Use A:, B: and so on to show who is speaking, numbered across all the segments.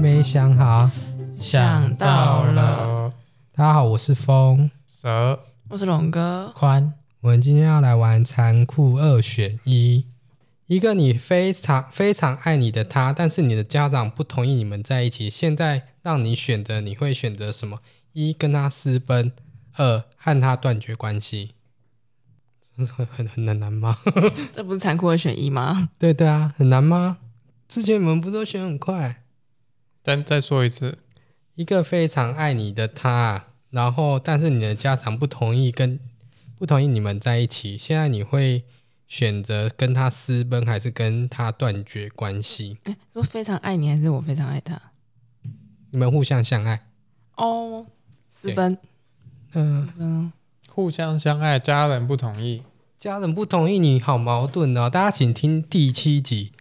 A: 没想好。
B: 想到了
A: 大家好，我是风。
C: 蛇
B: 我是龙哥，
C: 宽，
A: 我们今天要来玩残酷二选一，一个你非常非常爱你的他，但是你的家长不同意你们在一起，现在让你选择，你会选择什么？一跟他私奔，二和他断绝关系。这是很很很难吗？
B: 这不是残酷二选一吗？
A: 对对啊，很难吗？之前你们不都选很快？
C: 但再说一次，
A: 一个非常爱你的他，然后但是你的家长不同意跟不同意你们在一起，现在你会选择跟他私奔，还是跟他断绝关系？
B: 哎， 说非常爱你还是我非常爱他？
A: 你们互相相爱，
B: 哦，私奔，
A: 嗯、
B: 私奔哦，
C: 互相相爱，家人不同意，
A: 家人不同意你，好矛盾哦！大家请听第七集，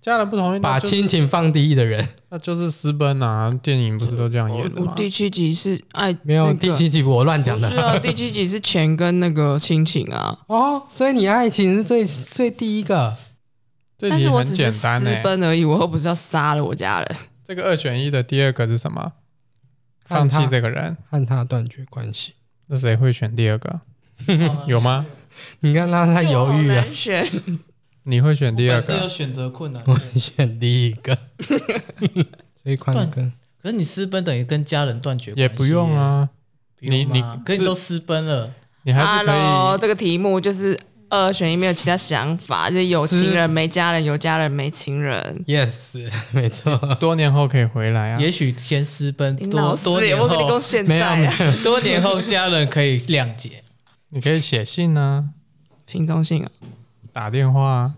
C: 家人不同意，
A: 把
C: 那就
A: 亲情放第一的人，
C: 那就是私奔啊！电影不是都这样演的
B: 我
C: 吗？
B: 第七集是爱
A: 没有、
B: 那个
A: 第七集我乱讲
B: 不是
A: 的
B: 啊，第七集是钱跟那个亲情 啊，
A: 哦，所以你爱情是最最第一个，
C: 这
B: 但
C: 题
B: 是我
C: 很
B: 只是
C: 简
B: 私
C: 单欸诶、
B: 奔而已，我又不是要杀了我家人。
C: 这个二选一的第二个是什么？
A: 看
C: 放
A: 他
C: 弃这个人，
A: 和他断绝关系。
C: 那谁会选第 二个？有吗？
A: 你看他在犹豫啊，
B: 难选，
C: 你会选第二
D: 我本身
C: 个
D: 有？选择困难。
A: 我
D: 对
A: 选第一 个，所以宽哥。
D: 可是你私奔等于跟家人断绝关系
C: 也
D: 耶，
C: 不用啊，
D: 不用
C: 你
D: 吗，
C: 你
D: 可是你都私奔了，
C: 你还是可
B: Hello，
C: 以。
B: 这个题目就是二选一，没有其他想法，就是有情人没家人，有家人没情人。
A: Yes，没错，
C: 多年后可以回来啊！
D: 也许先私奔
B: 你
D: 多
B: 老死
D: 多
B: 耶，
D: 年
B: 我跟你
D: 后
B: 讲，现
A: 没有
B: 在
A: 没
B: 啊，
A: 有，
D: 多年后家人可以谅解。
C: 你可以写信啊，
B: 瓶中信啊，
C: 打电话啊。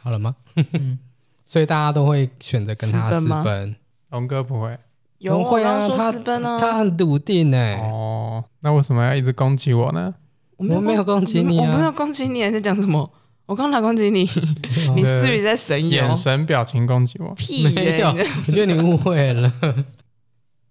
A: 好了吗？
B: 嗯
A: 所以大家都会选择跟他
B: 私奔
A: 私
B: 吗
A: 奔，
C: 龙哥不会
B: 有
A: 不
B: 我
A: 会啊
B: 刚刚
A: 他
B: 说私奔啊，
A: 他很笃定哎、
C: 哦，那为什么要一直攻击我呢？
B: 我
A: 我没有攻击你啊
B: 我没有攻击你，你在讲什么？我刚才攻击你，你思雨在神游
C: 眼神表情攻击我。
B: 屁耶、
A: 没有
B: 你在
A: 我觉得你误会了。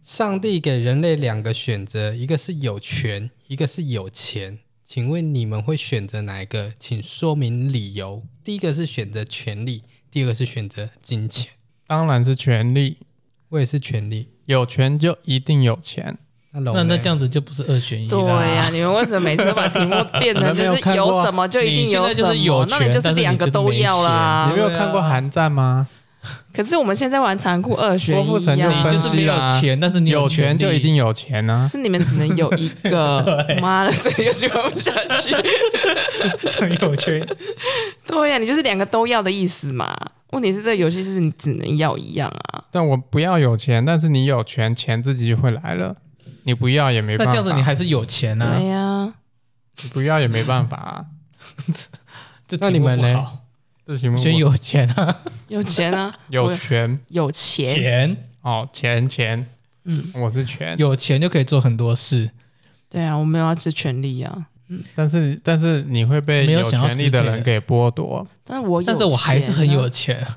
A: 上帝给人类两个选择，一个是有权，一个是有钱。请问你们会选择哪一个？请说明理由。第一个是选择权利，第二个是选择金钱。
C: 当然是权利，
A: 我也是权利。
C: 有权就一定有钱。
A: 那龙
D: 那那
A: 嘞
D: 这样子就不是二选一
B: 对啊呀、
D: 啦。
B: 你们为什么每次都把题目变成
A: 你们没有
B: 就是
A: 看过
B: 有什么就一定有
D: 你
B: 什
D: 现在
B: 么？
D: 就是有
B: 那你就是两个都要啦
D: 啊
C: 你。没有看过韩战吗？
B: 可是我们现在玩残酷二选
C: 郭富城
B: 一
C: 就
D: 你
C: 分
B: 啊，
D: 就是没有
C: 分析
D: 钱，但是你
C: 有权
D: 权利
C: 就一定有钱啊！
B: 是你们只能有一个。妈的，这个游戏玩不下去。
D: 有权。
B: 对呀、你就是两个都要的意思嘛。问题是这个游戏是你只能要一样啊。
C: 但我不要有钱，但是你有权，钱自己就会来了。你不要也 没
D: 那
C: 办法，
D: 这样子你还是有钱啊
B: 对？呀、
C: 你不要也没办法、 啊。
D: 这
A: 那你
D: 题目
A: 们
D: 不
A: 嘞
D: 好？
C: 这题目
D: 选
C: 我
D: 有钱啊，
B: 有钱啊，
C: 有
B: 我
C: 权
B: 有钱，
D: 钱
C: 哦，钱钱，
B: 嗯，
C: 我是权，
D: 有钱就可以做很多事，
B: 对啊，我没有要这权利啊，
C: 但是但是你会被
D: 没有
C: 有
D: 想要
C: 权利的人
D: 支
C: 给剥夺，
B: 但是我有
D: 但是我还是很
B: 钱啊
D: 有钱。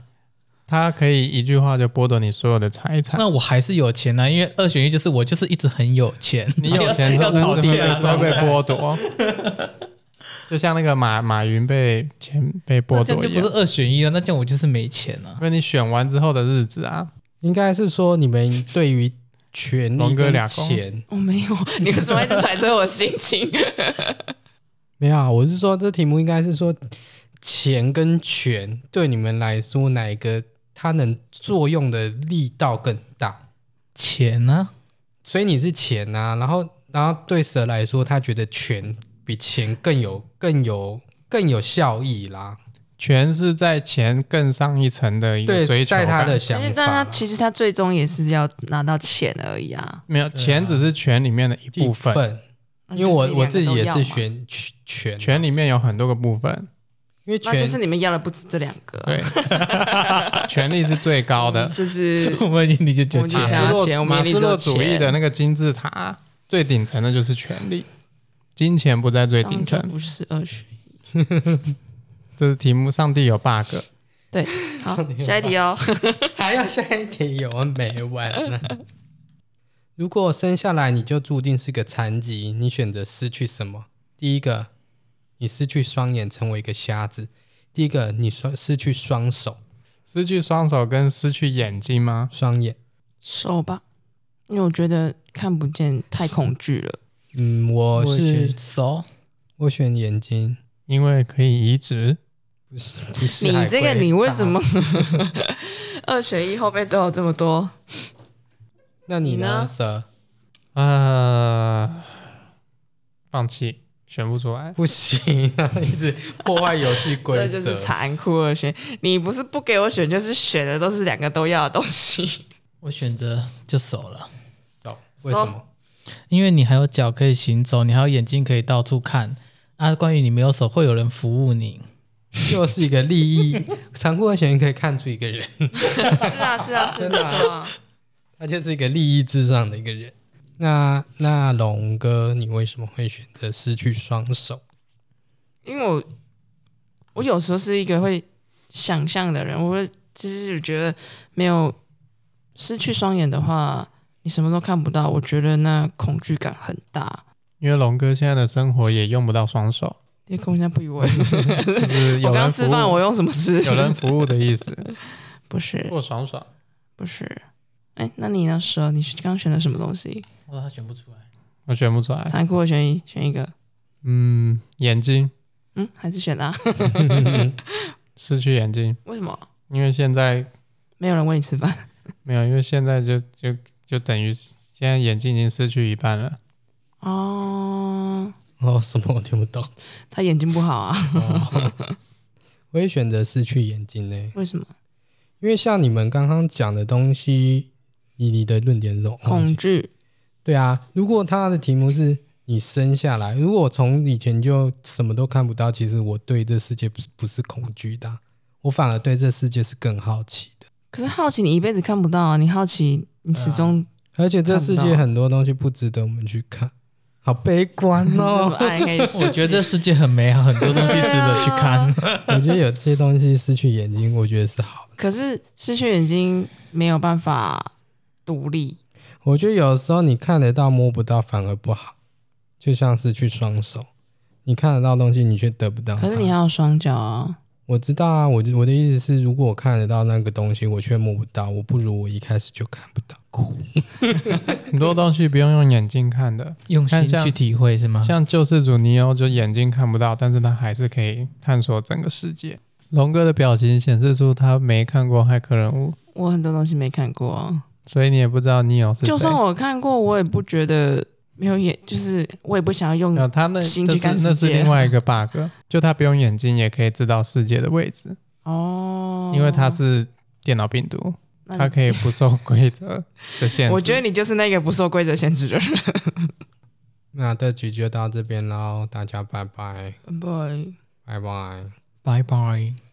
C: 他可以一句话就剥夺你所有的财产。
D: 那我还是有钱啊，因为二选一就是我就是一直很有钱。
C: 你有钱
D: 要
C: 就
D: 要吵
C: 怎么
D: 架
C: 被
D: 啊
C: 抓被剥夺，就像那个马马云被钱被剥
D: 那这样
C: 夺
D: 就
C: 一
D: 不
C: 样
D: 是。二选一了，那这样我就是没钱啊。
C: 因为你选完之后的日子啊，
A: 应该是说你们对于权利
C: 龙哥
A: 跟
C: 俩公
A: 钱
B: 我没 有，你为什么一直揣测我心情？
A: 没有啊，我是说这题目应该是说钱跟权对你们来说哪一个它能作用的力道更大？
D: 钱呢、
A: 所以你是钱啊，然后然后对蛇来说，他觉得权比钱更有更有更有效益啦。
C: 全是在钱更上一层的一个追
A: 对，
C: 求
A: 在他
C: 感
A: 的
B: 其
A: 想
B: 实，但他
A: 法，
B: 其实他最终也是要拿到钱而已啊。
C: 没有钱只是权里面的一
A: 一
C: 部分，
A: 分，因为我我自己也是
B: 学，
A: 选权权，
C: 权里面有很多个部分，
A: 因为
B: 那就
A: 权
B: 是你们要的不止这两个，
C: 对，权力是最高的。
B: 就是
D: 我们你就觉
B: 我
D: 得
B: 们
C: 马
B: 就
C: 斯
B: 想要
C: 洛
B: 钱我们
C: 马
B: 眼里
C: 斯
B: 只有
C: 洛主义
B: 钱
C: 的那个金字塔最顶层的就是权力，金钱不在最顶
B: 这样就
C: 层。
B: 不是二选一。
C: 这是题目，上帝有 bug。
B: 对，好，下一题哦。
A: 还要下一题有完没完呢、 如果生下来你就注定是个残疾，你选择失去什么？第一个，你失去双眼，成为一个瞎子；第一个，你双失去双手；
C: 失去双手跟失去眼睛吗？
A: 双眼。
B: 手吧，因为我觉得看不见太恐惧了。
A: 嗯，我
D: 我也觉
A: 是
D: 得手，
A: 我选眼睛，
C: 因为可以移植。
A: 不是不是
B: 你
A: 海
B: 这个
A: 龟
B: 你为
A: 大
B: 什么 二选一后面都有这么多？
A: 那你
B: 你
A: 呢
B: 呢？
A: 蛇
C: 呃，放弃，选不出来。
A: 不行啊，一直破坏游戏规
B: 这
A: 则。
B: 就是残酷二选。你不是不给我选，就是选的都是两个都要的东西。
D: 我选择就手了，
A: 手为什么？
D: 因为你还有脚可以行走，你还有眼睛可以到处看。啊，关于你没有手，会有人服务你。
A: 又是一个利益残酷二选一，可以看出一个人，
B: 是啊，是啊，是没错啊。
A: 他就是一个利益至上的一个人。那那龙哥，你为什么会选择失去双手？
B: 因为我我有时候是一个会想象的人，我会就是觉得没有失去双眼的话，你什么都看不到，我觉得那恐惧感很大。
C: 因为龙哥现在的生活也用不到双手，
B: 因为共享不以 为，
C: 就是
B: 我
C: 有
B: 刚
C: 人服
B: 吃饭，
C: 务，
B: 我用什么吃？
C: 有人服务的意思。
B: 不是
C: 过爽爽，
B: 不是，哎，那你呢？蛇，你刚选的什么东西？
D: 哇，他选不 出来。？
C: 我选不出来。
B: 残酷二选一，选一个。
C: 嗯，眼睛
B: 嗯，还是选啊？
C: 失去眼睛，
B: 为什么？
C: 因为现在
B: 没有人喂你吃饭，
C: 没有，因为现在就就就等于现在眼睛已经失去一半了。
B: 哦，
A: 哦，什么我听不懂。
B: 他眼睛不好啊？
A: 哦我也选择失去眼睛呢、
B: 为什么？
A: 因为像你们刚刚讲的东西，你你的论点是什么？忘记
B: 恐惧
A: 对啊，如果他的题目是你生下来，如果我从以前就什么都看不到，其实我对这世界不是不是恐惧的啊、我反而对这世界是更好奇的。
B: 可是好奇，你一辈子看不到啊！你好奇，你始终
A: 而且这世
B: 看不
A: 界
B: 到
A: 很多东西不值得我们去看，好悲观
B: 为什么
A: 哦。
B: 爱可以试
D: 我觉得这世界很美好，很多东西值得去看。
A: 我觉得有些东西失去眼睛，我觉得是好的。
B: 可是失去眼睛没有办法独立，
A: 我觉得有时候你看得到摸不到反而不好，就像是去双手，你看得到东西，你却得不到
C: 哦
A: 它。
B: 可是你还有双脚啊！
A: 我知道啊，我就我的意思是，如果我看得到那个东西，我却摸不到，我不如我一开始就看不到。
C: 很多东西不用用眼睛看的，
D: 用心去体会是吗？
C: 像救世主尼欧就眼睛看不到，但是他还是可以探索整个世界。龙哥的表情显示出他没看过骇客人物，
B: 我很多东西没看过啊，
C: 所以你也不知道尼欧是谁。
B: 就算我看过，我也不觉得没有眼，就是我也不想要用
C: 没有呃他那
B: 心
C: 这
B: 去
C: 是
B: 看世界
C: 那是另外一个 bug，就他不用眼睛也可以知道世界的位置，
B: 哦，
C: 因为他是电脑病毒，
B: 那你
C: 他可以不受规则的限 制。
B: 我觉得你就是那个不受规则限制的 人。
A: 那这局就到这边喽，大家拜拜，
B: 拜拜。
A: 拜拜。
D: 拜拜。